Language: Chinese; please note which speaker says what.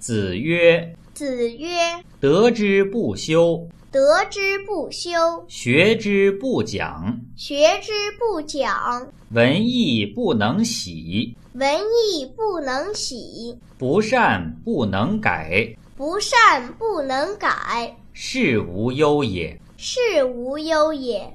Speaker 1: 子曰
Speaker 2: 子曰：“
Speaker 1: 德之不修，：“
Speaker 2: 德之不修，
Speaker 1: 学之不讲，
Speaker 2: 学之不讲，
Speaker 1: 文艺不能喜，
Speaker 2: 文艺不能喜，
Speaker 1: 不善不能改，
Speaker 2: 不善不能改，
Speaker 1: 是无忧也。”
Speaker 2: 是无忧也。”